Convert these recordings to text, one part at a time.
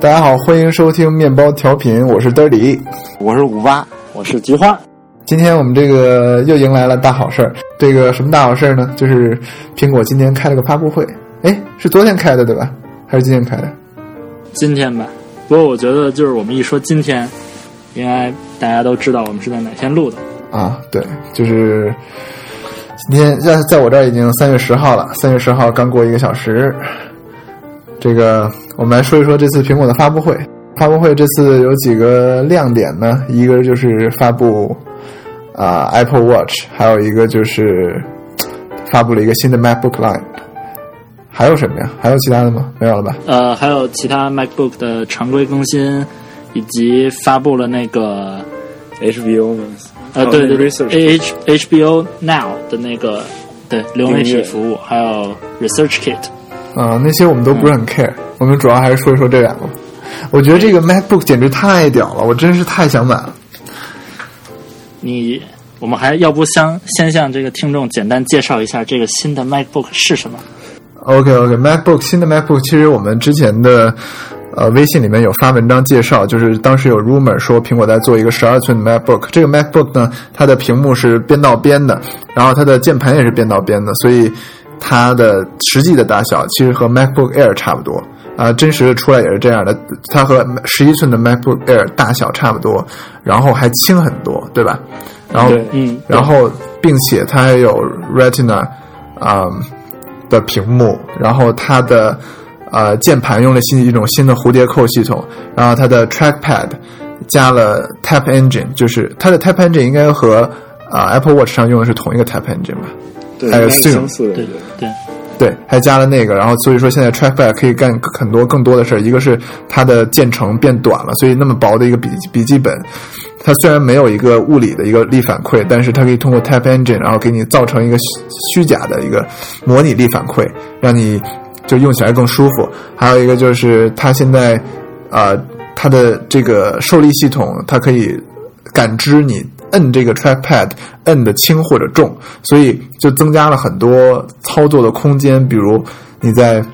大家好，欢迎收听面包调频，我是嘚儿里。我是五八，我是菊花。今天我们这个又迎来了大好事儿，这个什么大好事儿呢？就是苹果今年开了个发布会，哎，是昨天开的对吧？还是今天开的？今天吧。不过我觉得，就是我们一说今天，应该大家都知道我们是在哪天录的。啊，对，就是今天在在我这儿已经三月十号了，三月十号刚过一个小时。这个我们来说一说这次苹果的发布会。发布会这次有几个亮点呢？一个就是发布啊、Apple Watch，还有一个就是发布了一个新的 MacBook Line。还有什么呀？还有其他的吗？没有了吧？呃，还有其他 MacBook 的常规更新，以及发布了那个 HBO 呃，对对对 Research ，A H H B O Now 的那个对流媒体服务，还有 Research Kit。啊、那些我们都不是很 care，、我们主要还是说一说这两个。我觉得这个 MacBook 简直太屌了，我真是太想买了。你我们还要不先先向这个听众简单介绍一下这个新的 MacBook 是什么？ OK OK，MacBook、新的 MacBook，其实我们之前的呃微信里面有发文章介绍，就是当时有 rumor 说苹果在做一个十二寸的 MacBook，这个 MacBook 呢，它的屏幕是边道边的，然后它的键盘也是边道边的，所以它的实际的大小其实和 MacBook Air 差不多。啊，真实的出来也是这样的，它和十一寸的 MacBook Air 大小差不多，然后还轻很多，对吧？然后，对嗯，然后并且它还有 Retina 啊、的屏幕，然后它的呃键盘用了新一种新的蝴蝶扣系统，然后它的 Trackpad 加了 Tap Engine，就是它的 Tap Engine 应该和啊、Apple Watch 上用的是同一个 Tap Engine 吧？对，还有应该是 Zoom 相似的嗯对对对。对，还加了那个，然后所以说现在 Trackpad 可以干很多更多的事儿。一个是它的键程变短了，所以那么薄的一个笔笔记本，它虽然没有一个物理的一个力反馈，但是它可以通过 Tap Engine，然后给你造成一个虚虚假的一个模拟力反馈，让你就用起来更舒服。还有一个就是它现在呃，它的这个受力系统，它可以感知你摁这个 trackpad 摁的轻或者重，所以就增加了很多操作的空间。比如你在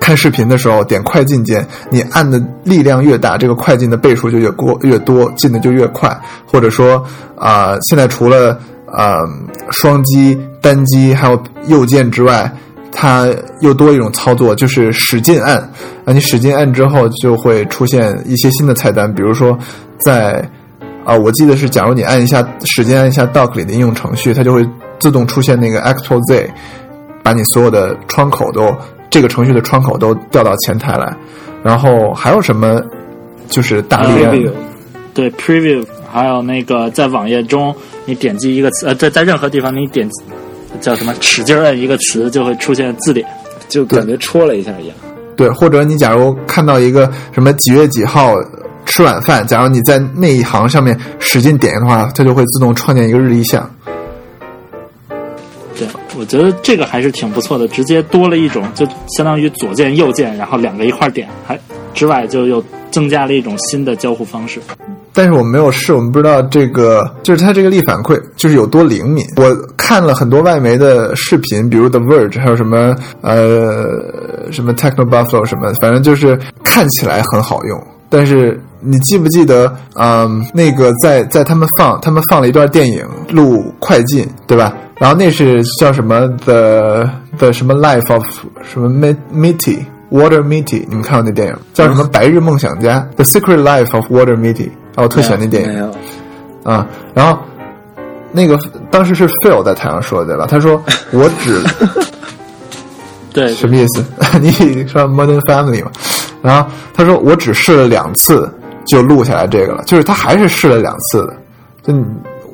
看视频的时候点快进键，你按的力量越大，这个快进的倍数就越过越多，进的就越快。或者说啊、呃现在除了呃双击、单击还有右键之外，它又多一种操作，就是使劲按。啊，你使劲按之后，就会出现一些新的菜单，比如说在啊、我记得是，假如你按一下使劲按一下 Dock 里的应用程序，它就会自动出现那个 Actual Z，把你所有的窗口都这个程序的窗口都调到前台来。然后还有什么就是大力按？ Preview 啊对 preview，还有那个在网页中你点击一个词，呃，在在任何地方你点击叫什么，使劲摁一个词就会出现字典。就感觉戳了一下一样。对，或者你假如看到一个什么几月几号吃晚饭，假如你在那一行上面使劲点的话，它就会自动创建一个日历项。对，我觉得这个还是挺不错的，直接多了一种，就相当于左键右键，然后两个一块儿点，还之外就又增加了一种新的交互方式。但是我们没有试，我们不知道这个就是它这个力反馈就是有多灵敏。我看了很多外媒的视频，比如 The Verge，还有什么呃什么 Techno Buffalo 什么，反正就是看起来很好用。但是你记不记得，嗯，那个在在他们放他们放了一段电影录快进，对吧？然后那是叫什么 The The 什么 Life of 什么 Mit- Mitty Water Mitty，你们看过那电影叫什么《白日梦想家》The Secret Life of Water Mitty，啊，我特喜欢那电影没。有，啊，然后那个当时是 Phil 在台上说的对吧？他说我只对，什么意思？ 你说 Modern Family 嘛？然后他说我只试了两次就录下来这个了，就是他还是试了两次的。就你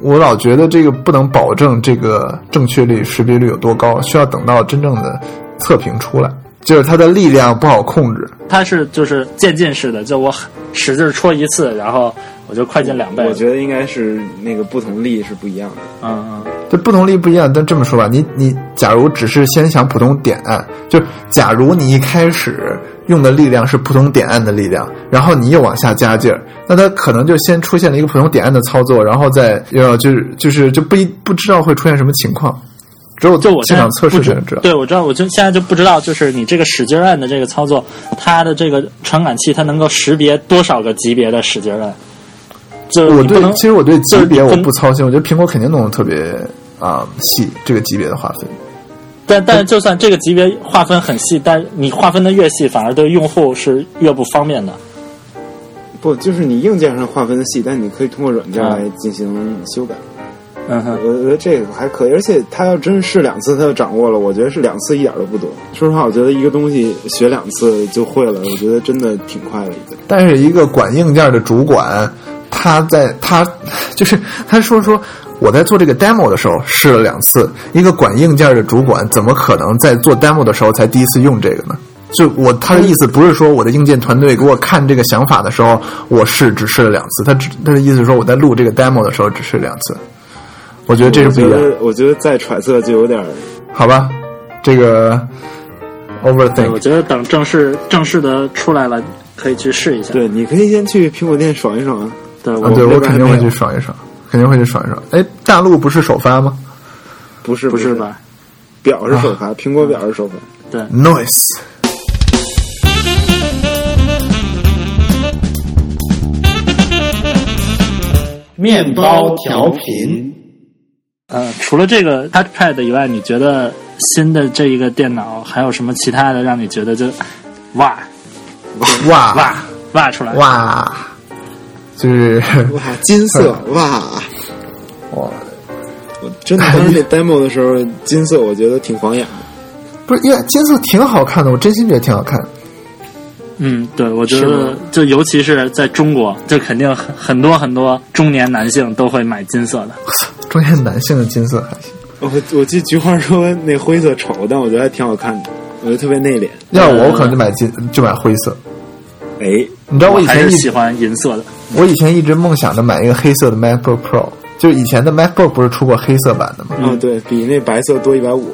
我老觉得这个不能保证这个正确率、识别率有多高，需要等到真正的测评出来。就是它的力量不好控制，它是就是渐进式的，就我使劲戳一次，然后我就快进两倍。我觉得应该是那个不同力是不一样的。嗯嗯，这不同力不一样，但这么说吧，你你假如只是先想普通点按，就假如你一开始用的力量是普通点按的力量，然后你又往下加劲儿，那它可能就先出现了一个普通点按的操作，然后再呃就是就是就不一不知道会出现什么情况，只有就我现现在场测试不才知能知道。对，我知道，我就现在就不知道，就是你这个使劲儿按的这个操作，它的这个传感器它能够识别多少个级别的使劲儿按？就我你不对能其实我对级就是别我分不操心，我觉得苹果肯定弄得特别啊、细，这个级别的划分。但但就算这个级别划分很细，但你划分的越细，反而对用户是越不方便的。不，就是你硬件上划分的细，但你可以通过软件来进行修改。嗯我哼，觉得这个还可以，而且他要真试两次，他就掌握了。我觉得是两次一点都不多。说实话，我觉得一个东西学两次就会了，我觉得真的挺快的已经。但是一个管硬件的主管，他在他就是他说说我在做这个 demo 的时候试了两次，一个管硬件的主管怎么可能在做 demo 的时候才第一次用这个呢？就我他的意思不是说我的硬件团队给我看这个想法的时候，我试只试了两次，他只他的意思是说我在录这个 demo 的时候只试两次，我觉得这是我不觉一样的，得，我觉得再揣测就有点儿好吧？这个对，我 overthink 觉得等正式正式的出来了，可以去试一下。对，你可以先去苹果店爽一爽啊。对，啊，我对们我这边肯定还会没去有爽一爽，肯定会去爽一爽。哎，大陆不是首发吗不是啊不是？吧？表是首发，苹果表是首发。对， ？Noise。面包调频。呃，除了这个 Touchpad 以外，你觉得新的这一个电脑还有什么其他的让你觉得就哇哇哇哇出来？哇，就是 哇，金 色哇！哇，我真的当时 那 demo 的时候，金色我觉得挺晃眼的。不是，呀，金色挺好看的，我真心觉得挺好看。嗯，对，我觉是得吗就尤其是在中国，就肯定很很多很多中年男性都会买金色的。中间男性的金色还行，我我记得菊花说那灰色丑，但我觉得还挺好看的，我觉得特别内敛。要我我可能就买金，就买灰色。哎，你知道我以还前是一喜欢银色的。我以前一直梦想着买一个黑色的 MacBook Pro，就是以前的 MacBook 不是出过黑色版的吗？哦，对比那白色多一百五。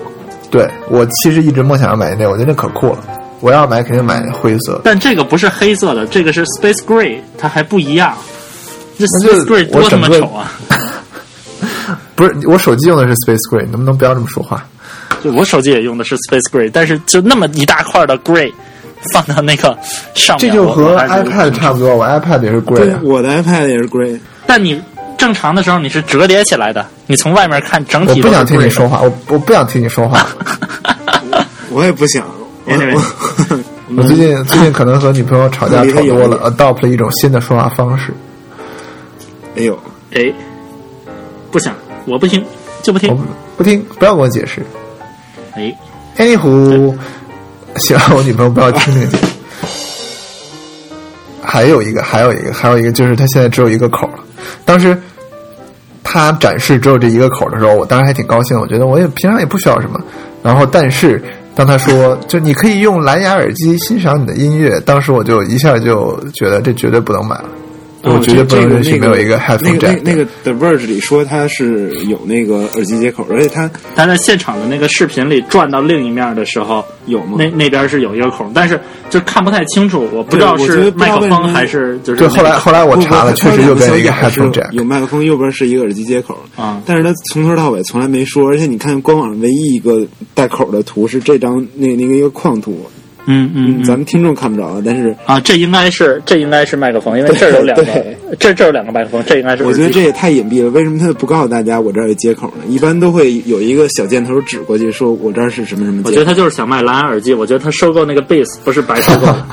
对我其实一直梦想要买那，我觉得那可酷了。我要买肯定买灰色的。但这个不是黑色的，这个是 Space Gray，它还不一样。这那就 Space Gray 我多他整妈个丑啊！不是，我手机用的是 Space Gray，能不能不要这么说话？就我手机也用的是 Space Gray，但是就那么一大块的 Gray 放到那个上这面，就我和哎我还是 iPad 差不多，我 iPad 也是 Gray 啊。我的 iPad 也是 Grey。但你正常的时候你是折叠起来的，你从外面看整我体不都是想听 Gray 你的说话，我我不想听你说话。我也不想，我 Anyway 我我最近最近可能和女朋友吵架离吵得远多了一，adopt 了一种新的说话方式。 哎呦，哎，不想，我不听，就不我听不。不听，不要跟我解释。哎， Anywho，希望我女朋友不要听这个节目。还有一个，还有一个，还有一个，就是它现在只有一个口了。当时它展示只有这一个口的时候，我当时还挺高兴的，我觉得我也平常也不需要什么。然后，但是当他说就你可以用蓝牙耳机欣赏你的音乐，当时我就一下就觉得这绝对不能买了，我绝对不能允许没有一个 headphone 那个 jack 那。那个 The Verge 里说它是有那个耳机接口，而且它他在现场的那个视频里转到另一面的时候，有吗？那那边是有一个孔，但是就看不太清楚，我不知对道我觉是得不知麦道克为什风么还是就是对，那后来个后来我不查了，不确实它又变它了一个两小 headphone 是 jack。有麦克风，右边是一个耳机接口。啊，但是它从头到尾从来没说，而且你看官网唯一一个带口的图是这张那那个一个框图，嗯嗯咱嗯们听众看不着，但是啊，这应该是这应该是麦克风，因为对这儿有两对个，这这儿有两个麦克风，这应该是我耳机。觉得这也太隐蔽了。为什么他不告诉大家我这儿有接口呢？一般都会有一个小箭头指过去，说我这儿是什么什么我接觉得口。他就是想卖蓝牙耳机，我觉得他收购那个 Bass 不是白收购的，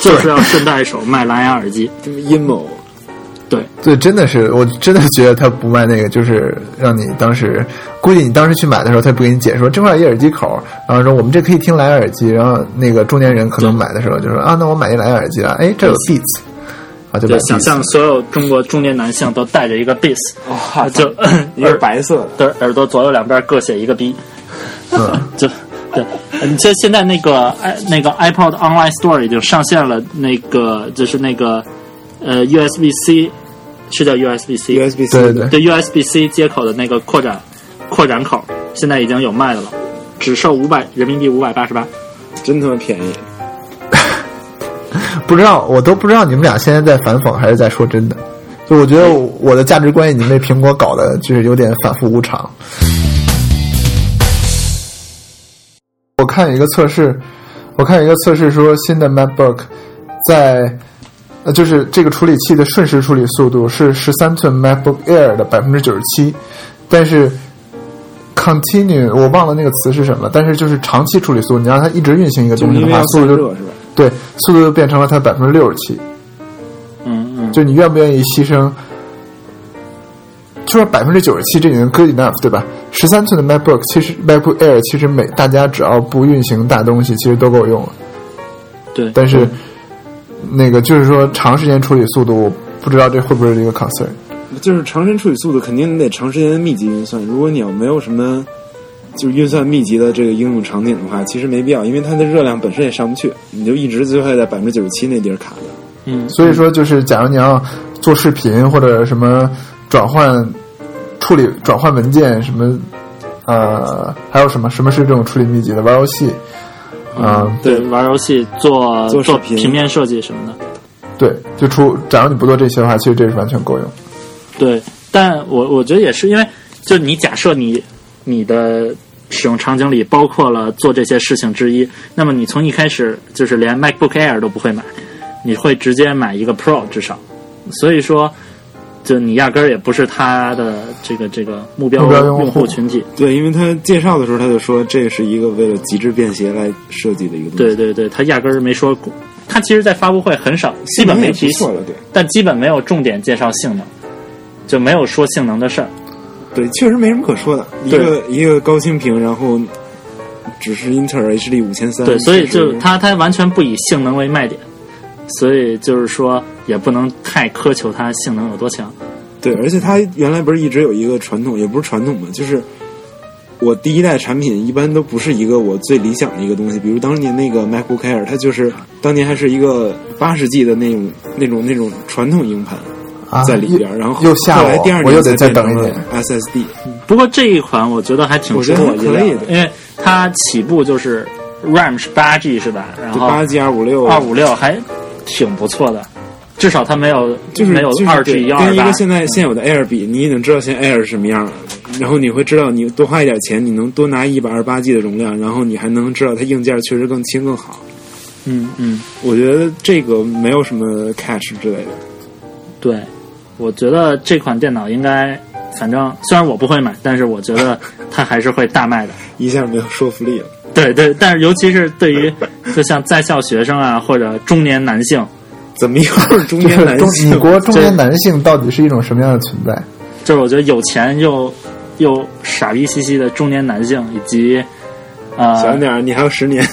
就是要顺带手卖蓝牙耳机。这么阴谋，对，对，真的是，我真的觉得他不卖那个，就是让你当时，估计你当时去买的时候，他不给你解说这块儿有一耳机口，然后说我们这可以听蓝牙耳机，然后那个中年人可能买的时候就说啊，那我买一蓝牙耳机啊，哎，这有 Beats，啊，就买就想 Beats，象所有中国中年男性都带着一个 Bass，哇就 一个白色的，的耳朵左右两边各写一个 B， 嗯，就对。你像现在那个 i 那个 iPod Online Store 已经上线了，那个就是那个呃 USB C 是叫 USB C USB 对 C 对的，对，对 USB C 接口的那个扩展扩展口，现在已经有卖的了，只售五百人民币五百八十八。真他妈便宜。不知道，我都不知道你们俩现在在反讽还是在说真的，就我觉得我的价值观已经被苹果搞得就是有点反复无常。我看一个测试，我看一个测试说新的 MacBook 在呃就是这个处理器的瞬时处理速度是十三寸 MacBook Air 的百分之九十七，但是 continue 我忘了那个词是什么，但是就是长期处理速度，你让它一直运行一个就东是西因的为话要，速散度就热是吧？对速度就变成了它百分之六十七。嗯嗯，就你愿不愿意牺牲？就是百分之九十七，这已经 good enough，对吧？十三寸的 MacBook，其实 MacBook Air，其实每大家只要不运行大东西，其实都够用了。对，但是，那个就是说长时间处理速度，我不知道这会不会是一个 concern。就是长时间处理速度肯定得长时间的密集运算。如果你要没有什么就是运算密集的这个应用场景的话，其实没必要，因为它的热量本身也上不去，你就一直就会在百分之九十七那地儿卡着。嗯，所以说，就是假如你要做视频或者什么转换、处理转换文件什么，呃，还有什么什么是这种处理密集的？玩游戏，嗯啊、对，玩游戏、做做视做频平面设计什么的，对，就出，假如你不做这些的话，其实这是完全够用。对，但我我觉得也是因为，就你假设你你的使用场景里包括了做这些事情之一，那么你从一开始就是连 MacBook Air 都不会买，你会直接买一个 Pro 至少，所以说，就你压根儿也不是它的这个这个目标目标用户用户群体，对，因为他介绍的时候他就说这是一个为了极致便携来设计的一个东对西。对对，他压根儿没说过，他其实，在发布会很少，基本没提嗯错了，对但基本没有重点介绍性能，就没有说性能的事儿。对，确实没什么可说的。一个一个高清屏，然后只是英特尔 HD 五千三，对，所以嗯就其实他他完全不以性能为卖点，所以就是说也不能太苛求它性能有多强。对，而且它原来不是一直有一个传统，也不是传统吧，就是我第一代产品一般都不是一个我最理想的一个东西。比如当年那个 MacBook Air，它就是当年还是一个八十 G 的那种那种那种传统硬盘啊在里边，然后又吓后来第二我，我年又得才再变等成一了年。 SSD。不过这一款我觉得还挺我觉出得乎我还意可以料的，因为它起步就是 RAM 是八 G 是吧？然就后啊八 G 二五六二五六还挺不错的，至少它没有就是没有就是二对 G 幺跟二一个八。现在现有的 Air 比，你已经知道现在 Air 是什么样了，然后你会知道你多花一点钱，你能多拿一百二十八 G 的容量，然后你还能知道它硬件确实更轻更好。嗯嗯，我觉得这个没有什么 catch 之类的。对，我觉得这款电脑应该，反正虽然我不会买，但是我觉得它还是会大卖的。 一下没有说服力了。对对，但是尤其是对于 就像在校学生啊，或者中年男性，怎么一会儿中就 年是男 中性啊你国中年男性到底是一种什么样的存在？就是我觉得有钱又又傻逼兮兮的中年男性，以及小呃一，点儿，你还有十 年。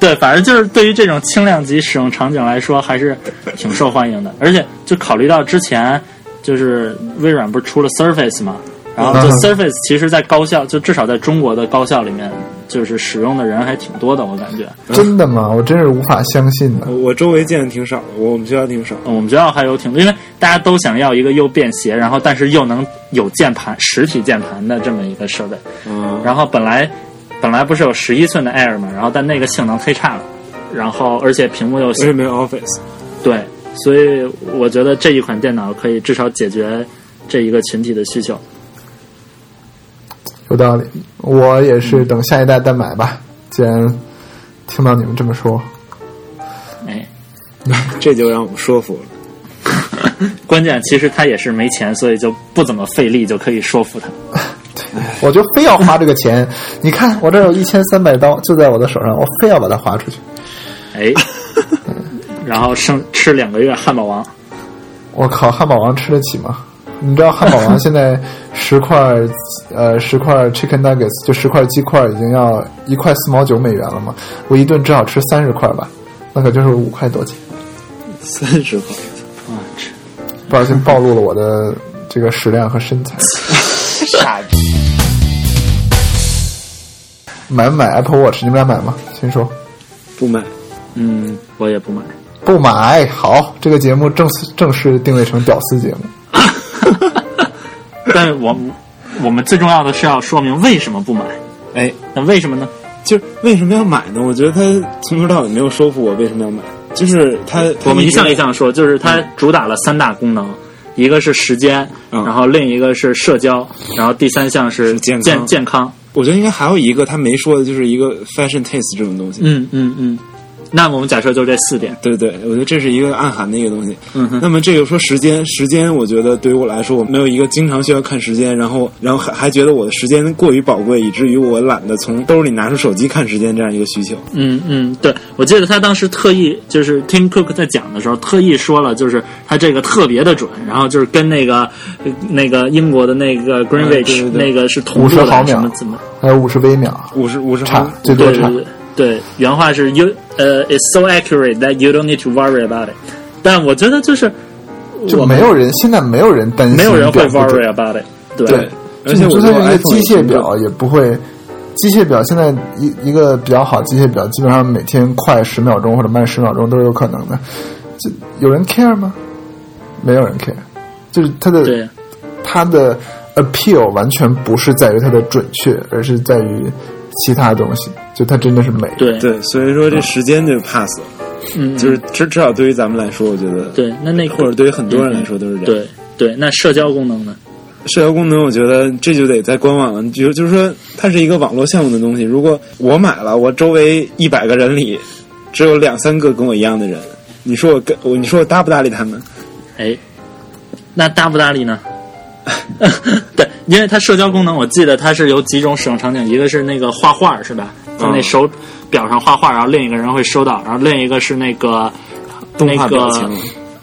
对，反正就是对于这种轻量级使用场景来说，还是挺受欢迎的。而且就考虑到之前就是微软不是出了 Surface 嘛，然后就嗯 Surface 其实在高校，就至少在中国的高校里面，就是使用的人还挺多的，我感觉。真的吗？我真是无法相信的我。我周围见的挺少的，我我们学校挺少。嗯我们学校还有挺多，因为大家都想要一个又便携，然后但是又能有键盘、实体键盘的这么一个设备。嗯，然后本来本来不是有十一寸的 Air 嘛，然后但那个性能忒差了，然后而且屏幕又我小也，没有 Office。对，所以我觉得这一款电脑可以至少解决这一个群体的需求。有道理，我也是等下一代再买吧。既然听到你们这么说，哎，这就让我们说服了。关键其实他也是没钱，所以就不怎么费力就可以说服他。我就非要花这个钱。你看，我这有一千三百刀，就在我的手上，我非要把它花出去。 哎，然后剩吃两个月汉堡王，啊我靠，汉堡王吃得起吗？你知道汉堡王现在十块呃十块 chicken nuggets 就十块鸡块已经要一块四毛九美元了吗？我一顿至少吃三十块吧，那可就是五块多钱。三十块，啊，吃不小心暴露了我的这个食量和身材。 傻逼。买不买 Apple Watch？你们俩买吗？先说不买。嗯，我也 不买。不买。好，这个节目正式正式定位成屌丝节目。但是我我们最重要的是要说明为什么不买。哎，那为什么呢？就是为什么要买呢？我觉得他从头到尾没有说服我为什么要买。就是他，他我们一直项一项说，就是它主打了三大功能，一个是时间，嗯然后另一个是社交，然后第三项是是健康健健康。我觉得应该还有一个他没说的，就是一个 fashion taste 这种东西。嗯嗯嗯。那我们假设就这四点，对对，我觉得这是一个暗含的一个东西。嗯哼那么这个说时间，时间，我觉得对于我来说，我没有一个经常需要看时间，然后然后还还觉得我的时间过于宝贵，以至于我懒得从兜里拿出手机看时间这样一个需求。嗯嗯，对，我记得他当时特意就是 Tim Cook 在讲的时候，特意说了，就是他这个特别的准，然后就是跟那个呃那个英国的那个 Greenwich、对对对那个是同步50毫的，秒什么怎么还有五十微秒，五十五十差毫最多嗯对差对。对对，原话是 You 呃、i t s so accurate that you don't need to worry about it。但我觉得就是就我们没有人现在没有人担心，没有人会嗯表不准 worry about it 对。对，而就且你我就觉算得是一个 iPhone 机也械是表，也不会。机械表现在一一个比较好的机械表，基本上每天快十秒钟或者慢十秒钟都是有可能的。就有人 care 吗？没有人 care，就是它的对它的 appeal 完全不是在于它的准确，而是在于其他东西。就它真的是美，对对，所以说这时间就 pass 了，嗯，就是至至少对于咱们来说，我觉得对，那那或者对于很多人来说都嗯是这样。对对，那社交功能呢？社交功能，我觉得这就得在官网了。就就是说，它是一个网络项目的东西。如果我买了，我周围一百个人里只有两三个跟我一样的人，你说我跟我，你说我搭不搭理他们？哎，那搭不搭理呢？ 对，因为它社交功能，我记得它是有几种使用场景，一个是那个画画是吧？在那嗯手表上画画，然后另一个人会收到，然后另一个是那个动画表情，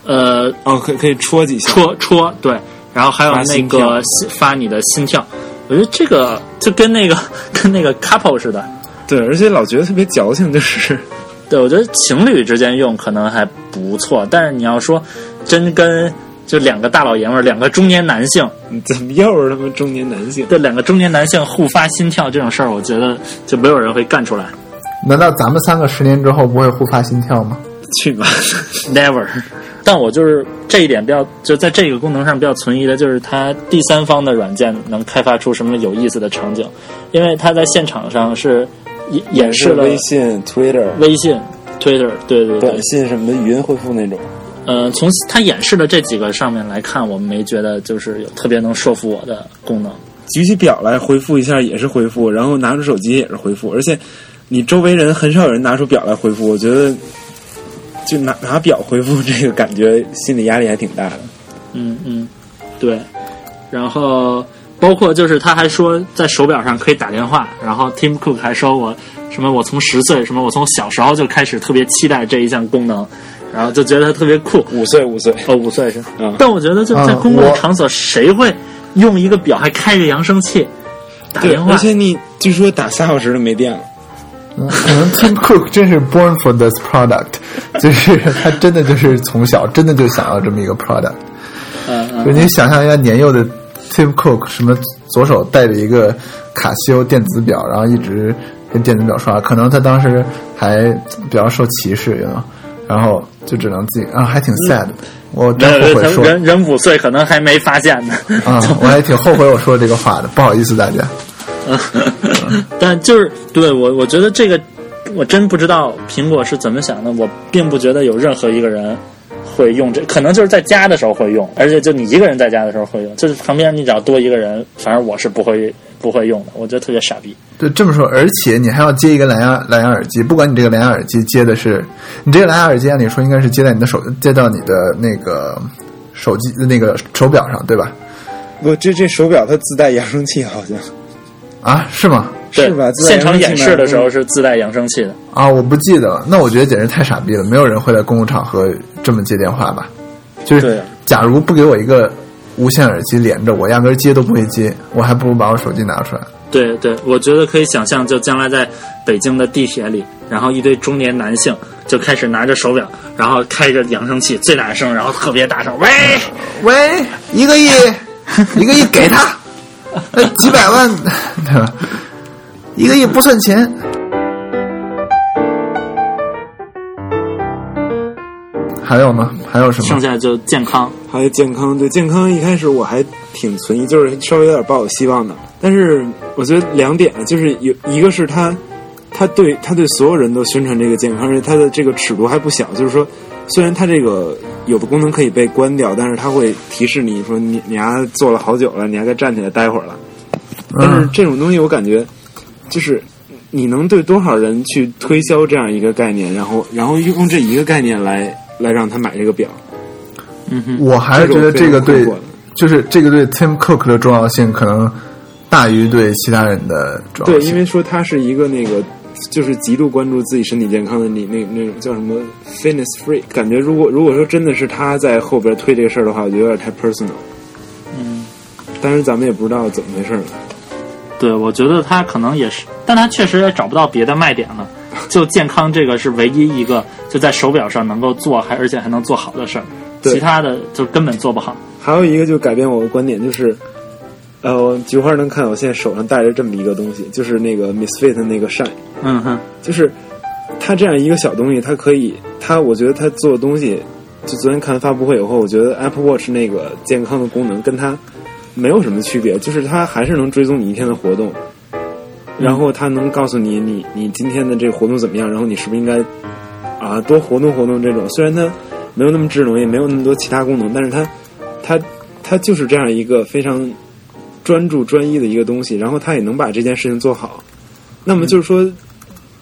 那个呃哦，可以可以戳几下，戳戳，对，然后还有发那心个跳心发你的心跳，我觉得这个就跟那个跟那个 couple 似的，对，而且老觉得特别矫情，就是对我觉得情侣之间用可能还不错，但是你要说真跟就两个大老爷们儿，两个中年男性，怎么又是他妈中年男性？对两个中年男性互发心跳这种事儿，我觉得就没有人会干出来难道咱们三个十年之后不会互发心跳吗？去吧， ，never。但我就是这一点比较，就在这个功能上比较存疑的，就是它第三方的软件能开发出什么有意思的场景，因为它在现场上是演演示 了微信、Twitter、微信、Twitter，对对对短，信什么的语音回复那种。呃，从它演示的这几个上面来看，我没觉得就是有特别能说服我的功能。举起表来回复一下也是回复，然后拿出手机也是回复，而且你周围人很少有人拿出表来回复，我觉得就拿拿表回复这个感觉心理压力还挺大的。嗯嗯，对。然后包括就是他还说在手表上可以打电话，然后 Tim Cook 还说我什么我从十岁什么我从小时候就开始特别期待这一项功能，然后就觉得它特别酷。五岁五岁，哦，五岁是，嗯但我觉得就在嗯公共我场所，谁会用一个表还开着扬声器打对，电话而？且你据说打仨小时都没电了，嗯可能 Tim Cook 真是 born for this product，就是他真的就是从小真的就想要这么一个 product。嗯嗯就你想象一下年幼的 Tim Cook，什么左手戴着一个卡西欧电子表，然后一直跟电子表刷，可能他当时还比较受歧视，you know，然后就只能自己啊，还挺 sad 的。我真后悔人说，人人五岁可能还没发现呢。啊、我还挺后悔我说这个话的，不好意思大家。 但就是对我，我觉得这个我真不知道苹果是怎么想的。我并不觉得有任何一个人会用这，可能就是在家的时候会用，而且就你一个人在家的时候会用，就是旁边你只要多一个人，反正我是不会不会用的，我觉得特别傻逼。对，这么说，而且你还要接一个蓝牙蓝牙耳机，不管你这个蓝牙耳机接的是，你这个蓝牙耳机按理说应该是接在你的手，接到你的那个手机那个手表上，对吧？我这这手表它自带扬声器好像，啊，是吗？对是吧自带现场扬声器演示的时候嘛是自带扬声器的。啊，我不记得了。那我觉得简直太傻逼了，没有人会在公共场合这么接电话吧？就对是，假如不给我一个无线耳机连着，我压根儿接都不会接，我还不如把我手机拿出来。对对，我觉得可以想象，就将来在北京的地铁里，然后一堆中年男性就开始拿着手表，然后开着扬声器最大声，然后特别大声，喂。喂，一 个亿，一个亿给他，那几百万，对吧？一个亿不算钱。还有吗？还有什剩么？下就健康。还有健康，对健康一开始我还挺存疑，就是稍微有点抱有希望的。但是我觉得两点，就是有一个是他，他对他对所有人都宣传这个健康，而且他的这个尺度还不小，就是说。虽然它这个有的功能可以被关掉，但是它会提示你说你你还坐了好久了，你还该站起来待会儿了。但是嗯，这种东西我感觉就是你能对多少人去推销这样一个概念，然后然后用这一个概念来来让他买这个表，嗯哼，我还是觉得这个对这种困惑的，就是这个对 Tim Cook 的重要性可能大于对其他人的重要对，性。因为说他是一个那个，就是极度关注自己身体健康的你那那种叫什么 fitness freak，感觉如果如果说真的是他在后边推这个事儿的话，我觉得有点太 personal。嗯，但是咱们也不知道怎么回事儿了。对，我觉得他可能也是，但他确实也找不到别的卖点 了。就健康这个是唯一一个就在手表上能够做，还而且还能做好的事儿，对其他的就根本做不好。还有一个就改变我的观点，就是，呃，我菊花能看，我现在手上戴着这么一个东西，就是那个 Misfit 的那个 Shine，嗯哼，就是它这样一个小东西，它可以，它我觉得它做的东西，就昨天看发布会以后，我觉得 Apple Watch 那个健康的功能跟它没有什么区别，就是它还是能追踪你一天的活动，然后它能告诉你你你今天的这个活动怎么样，然后你是不是应该啊多活动活动这种。虽然它没有那么智能，也没有那么多其他功能，但是它它它就是这样一个非常专注专一的一个东西，然后它也能把这件事情做好。那么就是说，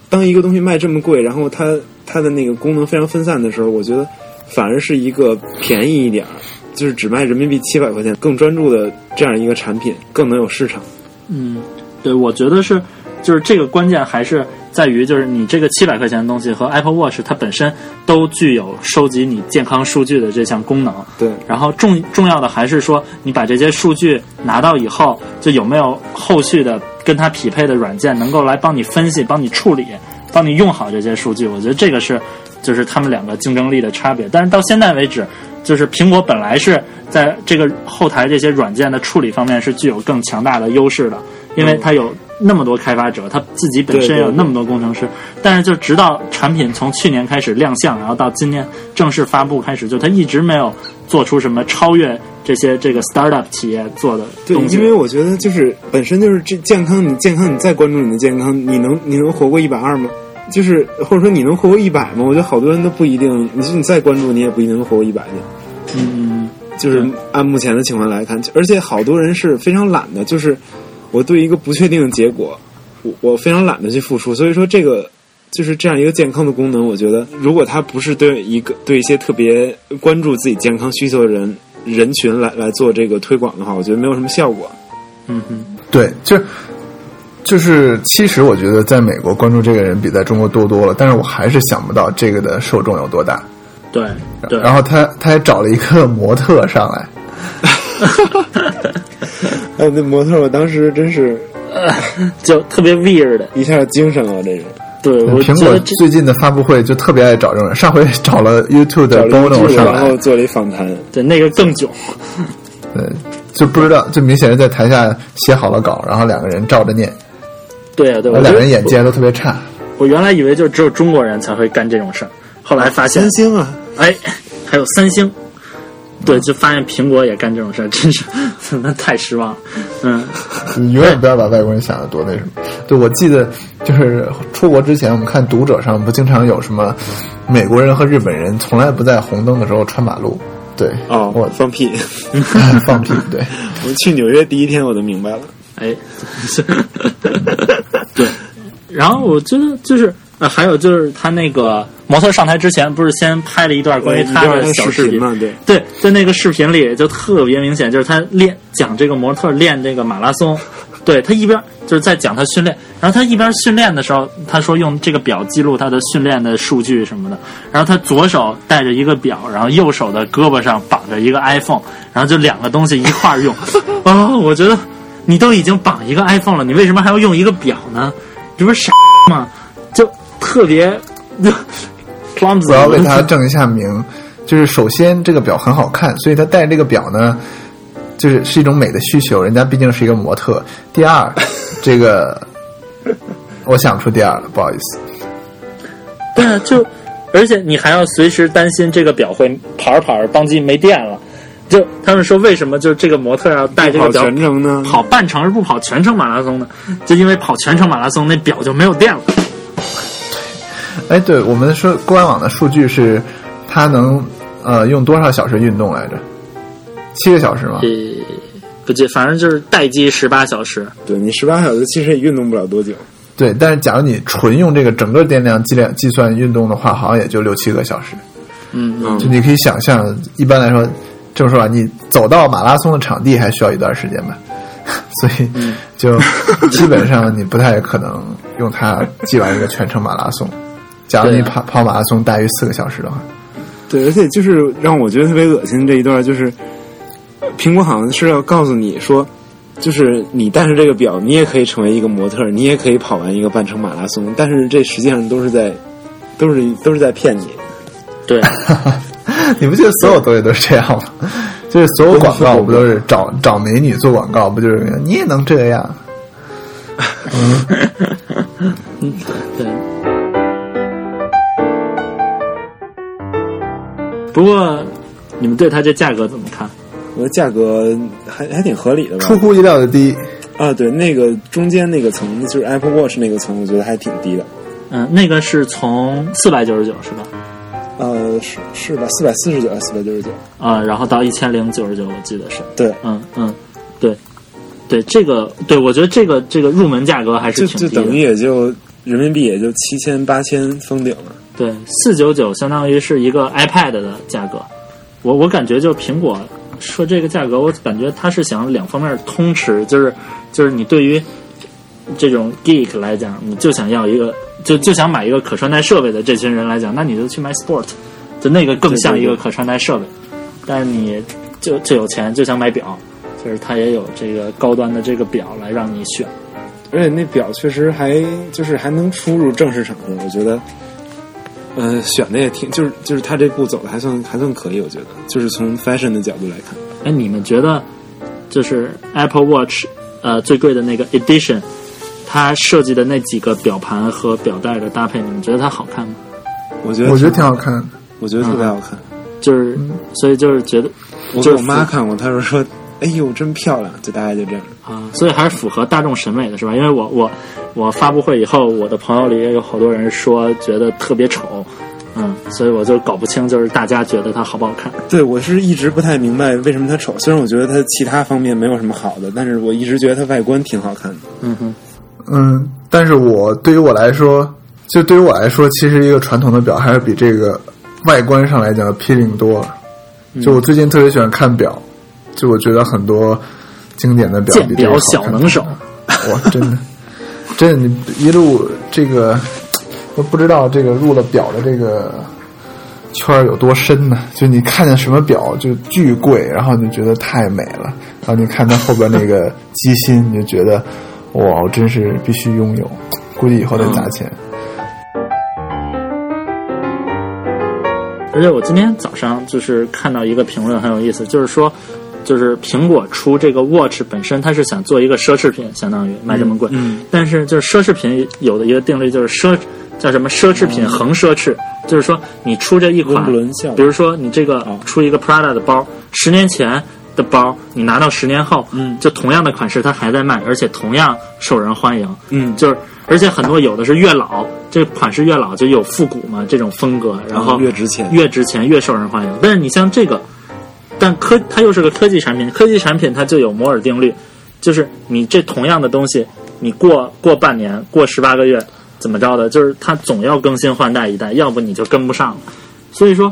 当一个东西卖这么贵，然后它它的那个功能非常分散的时候，我觉得反而是一个便宜一点儿，就是只卖人民币七百块钱，更专注的这样一个产品，更能有市场。嗯，对，我觉得是，就是这个关键还是在于，就是你这个七百块钱的东西和 Apple Watch 它本身都具有收集你健康数据的这项功能。对，然后重重要的还是说，你把这些数据拿到以后，就有没有后续的跟它匹配的软件能够来帮你分析、帮你处理、帮你用好这些数据。我觉得这个是就是他们两个竞争力的差别。但是到现在为止，就是苹果本来是在这个后台这些软件的处理方面是具有更强大的优势的，因为它有。那么多开发者，它自己本身对有对那么多工程师，但是就直到产品从去年开始亮相，然后到今年正式发布开始，就它一直没有做出什么超越这些这个 startup 企业做的对，东西。因为我觉得就是本身就是这健康，你健康，你再关注你的健康，你能你能活过一百二吗？就是或者说你能活过一百吗？我觉得好多人都不一定，你说你再关注，你也不一定能活过一百年。嗯，就是按目前的情况来看，而且好多人是非常懒的，就是我对一个不确定的结果，我我非常懒得去付出，所以说这个就是这样一个健康的功能，我觉得如果它不是对一个对一些特别关注自己健康需求的人人群来来做这个推广的话，我觉得没有什么效果。嗯哼，对，就就是其实我觉得在美国关注这个人比在中国多多了，但是我还是想不到这个的受众有多大。对对，然后他他还找了一个模特上来，哎，那模特我当时真是就特别 weird。一下精神了，这人对，我觉苹果得这最近的发布会就特别爱找这种人， 上回找了 YouTube 找的了一 Bono 句，上然后来，做了一访谈，对那个更囧。对，就不知道，就明显是在台下写好了稿，然后两个人照着念，对啊，对，我而觉两得个人演技还都特别差。我原来以为就只有中国人才会干这种事儿，后来 发现三，星啊，哎，还有三星。对，就发现苹果也干这种事儿，真是 那太失望了。嗯，你永远不要把外国人想的多那什么。对，我记得就是出国之前，我们看《读者》上不经常有什么美国人和日本人从来不在红灯的时候穿马路。对， 哦，我放屁！ 放屁，对，我去纽约第一天我就明白了。哎， 对。然后我觉得就是，呃，还有就是他那个模特上台之前，不是先拍了一段关于他的小呃视视频频嘛，对，对，在那个视频里就特别明显，就是他练讲这个模特练这个马拉松，对他一边就是在讲他训练，然后他一边训练的时候，他说用这个表记录他的训练的数据什么的，然后他左手戴着一个表，然后右手的胳膊上绑着一个 iPhone，然后就两个东西一块儿用， 哦，我觉得你都已经绑一个 iPhone 了，你为什么还要用一个表呢？这不是傻吗？就特别 就 clumsy，我要为他正一下名。就是首先这个表很好看，所以他戴这个表呢，就是是一种美的需求，人家毕竟是一个模特。第二，这个我想不出第二了，不好意思。对啊， 就而且你还要随时担心这个表会跑着跑着当机没电了。就他们说为什么就这个模特要带这个跑表全程呢，跑半程而不跑全程马拉松呢？就因为跑全程马拉松那表就没有电了。哎，对我们说官网的数据是，它能呃用多少小时运动来着？七个小时吗？呃，不记，反正就是待机十八小时。对你十八小时其实也运动不了多久。对，但是假如你纯用这个整个电量计量计算运动的话，好像也就六七个小时。嗯，就嗯，你可以想象，一般来说，这么说吧，你走到马拉松的场地还需要一段时间吧， 所以就基本上你不太可能用它计完一个全程马拉松。假如你对啊跑跑马拉松大约四个小时的话， 对，而且就是让我觉得特别恶心这一段，就是呃苹果好像是要告诉你说，就是你带上这个表，你也可以成为一个模特，你也可以跑完一个半程马拉松，但是这实际上都是在，都是都是在骗你。 对，你不觉得所有东西都是这样吗？就是所有广告不都是找找美女做广告，不就是你也能这样？对。不过，你们对它这价格怎么看？我的价格还还挺合理的吧？出乎意料的低，啊，对，那个中间那个层就是 Apple Watch 那个层，我觉得还挺低的。嗯，那个是从四百九十九是吧？呃，是是吧？四百四十九，四百九十九。啊、然后到一千零九十九，我记得是。对，嗯嗯，对，对，这个对我觉得这个这个入门价格还就是挺就低的。等于也就人民币也就七千八千封顶了。对，四九九相当于是一个 iPad 的价格。我我感觉就苹果说这个价格，我感觉它是想两方面通吃，就是就是你对于这种 geek 来讲，你就想要一个就就想买一个可穿戴设备的这群人来讲，那你就去买 Sport，就那个更像一个可穿戴设备。但你就就有钱就想买表，就是它也有这个高端的这个表来让你选。而且那表确实还就是还能出入正式场合，我觉得，嗯、选的也挺，就是就是他这步走的还算还算可以，我觉得，就是从 fashion 的角度来看，哎，你们觉得就是 Apple Watch 呃最贵的那个 Edition，它设计的那几个表盘和表带的搭配，你们觉得它好看吗？我觉得我觉得挺好看的。我觉得特别好看。就是，所以就是嗯觉得嗯我就给是我妈看过，她说说，哎呦真漂亮，就大概就这样。啊，所以还是符合大众审美的是吧？因为我我我发布会以后，我的朋友里也有好多人说觉得特别丑，嗯，所以我就搞不清就是大家觉得它好不好看。对我是一直不太明白为什么它丑，虽然我觉得它其他方面没有什么好的，但是我一直觉得它外观挺好看的。嗯哼，嗯，但是我对于我来说，就对于我来说，其实一个传统的表还是比这个外观上来讲要批令多了。嗯就我最近特别喜欢看表，就我觉得很多经典的表鉴比这个表好小看能手，哇，真的，真的，你一路这个都不知道这个入了表的这个圈儿有多深呢？就你看见什么表就巨贵，然后你就觉得太美了，然后你看它后边那个机芯，你就觉得哇，我真是必须拥有，估计以后得砸钱。嗯而且我今天早上就是看到一个评论很有意思，就是说，就是苹果出这个 Watch 本身，它是想做一个奢侈品，相当于卖这么贵。嗯嗯但是就是奢侈品有的一个定律就是奢叫什么奢侈哦品恒奢侈，就是说你出这一温款布，伦效比如说你这个哦出一个 Prada 的包，十年前。的包，你拿到十年后，嗯就同样的款式它还在卖，而且同样受人欢迎，嗯，就是而且很多有的是越老，这款式越老就有复古嘛这种风格，然后哦越值嗯钱，越值钱越受人欢迎。但是你像这个，但科它又是个科技产品，科技产品它就有摩尔定律，就是你这同样的东西，你过过半年、过十八个月怎么着的，就是它总要更新换代一代，要不你就跟不上了。所以说，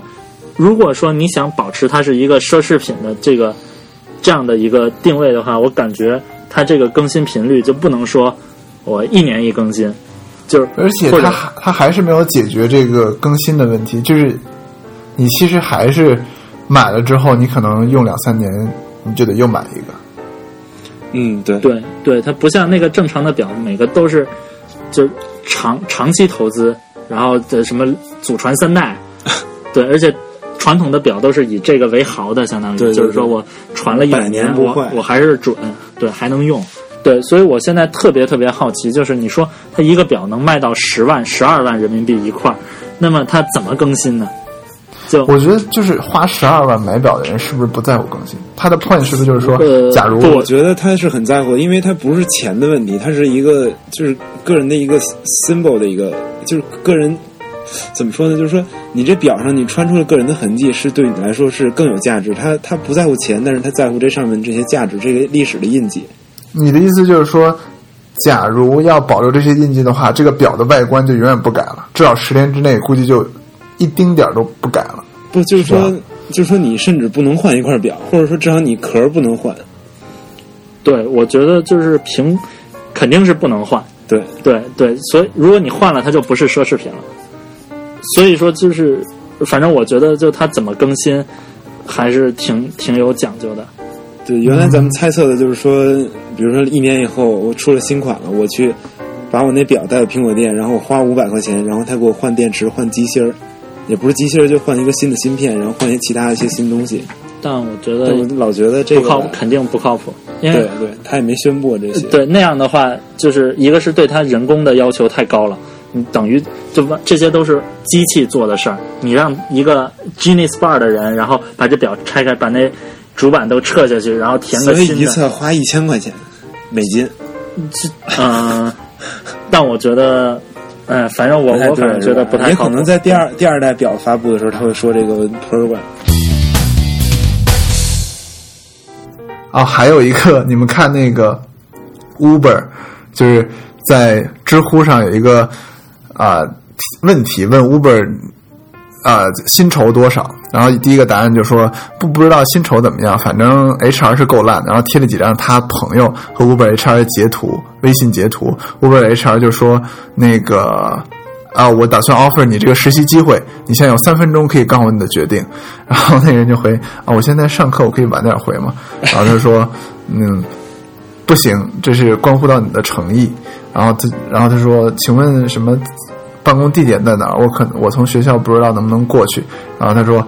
如果说你想保持它是一个奢侈品的这个这样的一个定位的话，我感觉它这个更新频率就不能说我一年一更新，就是而且或者它还它还是没有解决这个更新的问题，就是你其实还是买了之后，你可能用两三年，你就得又买一个。嗯，对，对对，它不像那个正常的表，每个都是就是长长期投资，然后的什么祖传 三代，对，而且传统的表都是以这个为豪的，相当于对对就是说我传了一百年年不我坏我还是准，对，还能用。对，所以我现在特别特别好奇，就是你说它一个表能卖到十万、十二万人民币一块儿，那么它怎么更新呢？就我觉得就是花十二万买表的人，是不是不在乎更新？他的 point 是不是就是说呃，假如不我觉得他是很在乎的，因为他不是钱的问题，他是一个就是个人的一个 symbol 的一个，就是个人怎么说呢？就是说你这表上你穿出了个人的痕迹，是对你来说是更有价值。他他不在乎钱，但是他在乎这上面这些价值，这个历史的印记。你的意思就是说，假如要保留这些印记的话，这个表的外观就永远不改了，至少十年之内估计就一丁点儿都不改了。不就是说，是就是说你甚至不能换一块表，或者说至少你壳不能换。对，我觉得就是屏肯定是不能换，对，对对，所以如果你换了，它就不是奢侈品了。所以说，就是反正我觉得，就它怎么更新，还是挺挺有讲究的。对，原来咱们猜测的就是说，比如说一年以后我出了新款了，我去把我那表带到苹果店，然后我花五百块钱，然后他给我换电池、换机芯儿，也不是机芯儿，就换一个新的芯片，然后换一些其他的一些新东西。但我但觉得我老觉得这不个靠，肯定不靠谱，因对为对，他也没宣布这些。对那样的话，就是一个是对它人工的要求太高了，你等于就完这些都是机器做的事儿，你让一个 Genius Bar 的人，然后把这表拆开，把那主板都撤下去，然后填所个以新一的。次花一千块钱美金，嗯、但我觉得，嗯、反正我不太我哎对反正觉得不太也靠可谱能。在第二第二代表发布的时候，他会说这个 program。啊，还有一个，你们看那个 Uber，就是在知乎上有一个啊、问题问 Uber 啊、薪酬多少，然后第一个答案就说不不知道薪酬怎么样，反正 HR 是够烂的，然后贴了几张他朋友和 Uber HR 的截图，微信截图，Uber HR 就说那个。啊，我打算 offer 你这个实习机会，你现在有三分钟可以告诉我你的决定。然后那人就回啊，我现在上课，我可以晚点回嘛。然后他说，嗯，不行，这是关乎到你的诚意。然后他，然后他说，请问什么办公地点在哪儿？我可我从学校不知道能不能过去。然后他说，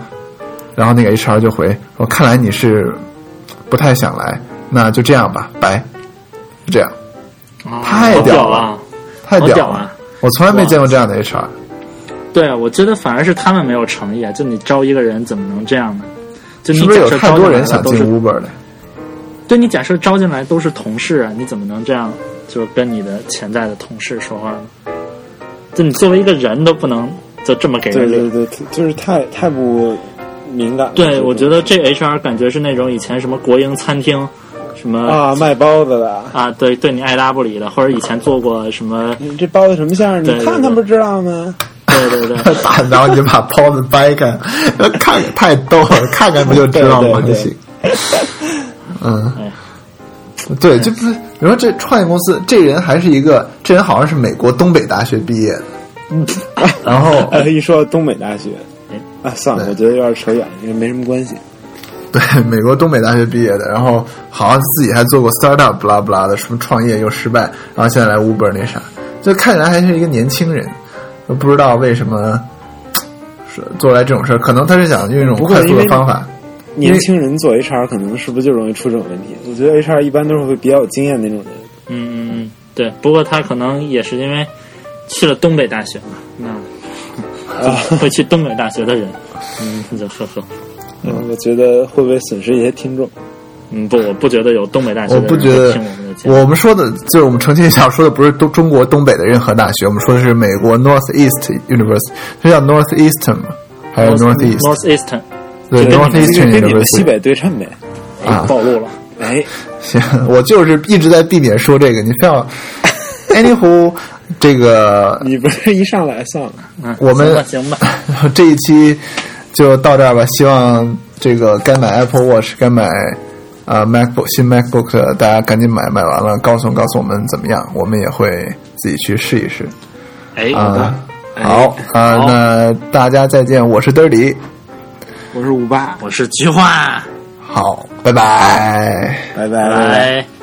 然后那个 HR 就回说，看来你是不太想来，那就这样吧，拜。就这样太好屌屌了啊！太好屌屌了，啊我从来没见过这样的 HR。对啊，我觉得反而是他们没有诚意啊！就你招一个人怎么能这样呢？就你是不假是有设太招多进来人了想都进是 Uber 的？对你假设招进来都是同事啊，你怎么能这样就跟你的潜在的同事说话呢？就你作为一个人都不能就这么给对人对脸。对，就是太太不敏感了。对，我觉得得这 HR 感觉是那种以前什么国营餐厅，什么啊，卖包子的。啊对对你爱答不理的，或者以前做过什么，你这包子什么馅儿？你对对看看对不知道吗？ 对对对，打， 然后你就把包子掰开，看看太逗了，看看不就知道吗？对对就对行。嗯哎哎呀对，就不是你说这创业公司，这人还是一个，这人好像是美国东北大学毕 业的，然后哎，一说到东北大学，啊，算了，对我觉得有点扯远了，因为没什么关系。 对美国东北大学毕业的，然后好像自己还做过 startup 不拉不拉的，什么创业又失败，然后现在来 Uber 那啥，就看起来还是一个年轻人，都不知道为什么是做出来这种事儿，可能他是想用一种不过快速因的为方法。年轻人做 HR 可能是不是就容易出这种问题？我觉得 HR 一般都是会比较有经验的那种人。嗯嗯嗯，对，不过他可能也是因为去了东北大学嘛，那啊就会去东北大学的人，嗯，就呵呵。嗯，我觉得会不会损失一些听众？嗯，不，我不觉得有东北大学我的人不觉会得听我们的，节目。我们说的就是我们澄清一下，说的不是东中国东北的任何大学，我们说的是美国 Northeast University，它叫 Northeastern 吗还有 Northeast， Northeastern 对跟你们这 Northeastern 个跟你们西 University。北对称呗。啊暴露了，哎，行，我就是一直在避免说这个，你非要。Anywho，这个你不是一上来算了，嗯，我们行吧，行吧这一期就到这儿吧，希望这个该买 Apple Watch，该买。啊、m a c b o o k 新 MacBook 的大家赶紧买，买完了告诉告诉我们怎么样，我们也会自己去试一试。哎，啊，好啊，好那大家再见，我是德里，我是五八，我是菊花，好，拜拜。拜拜拜。拜。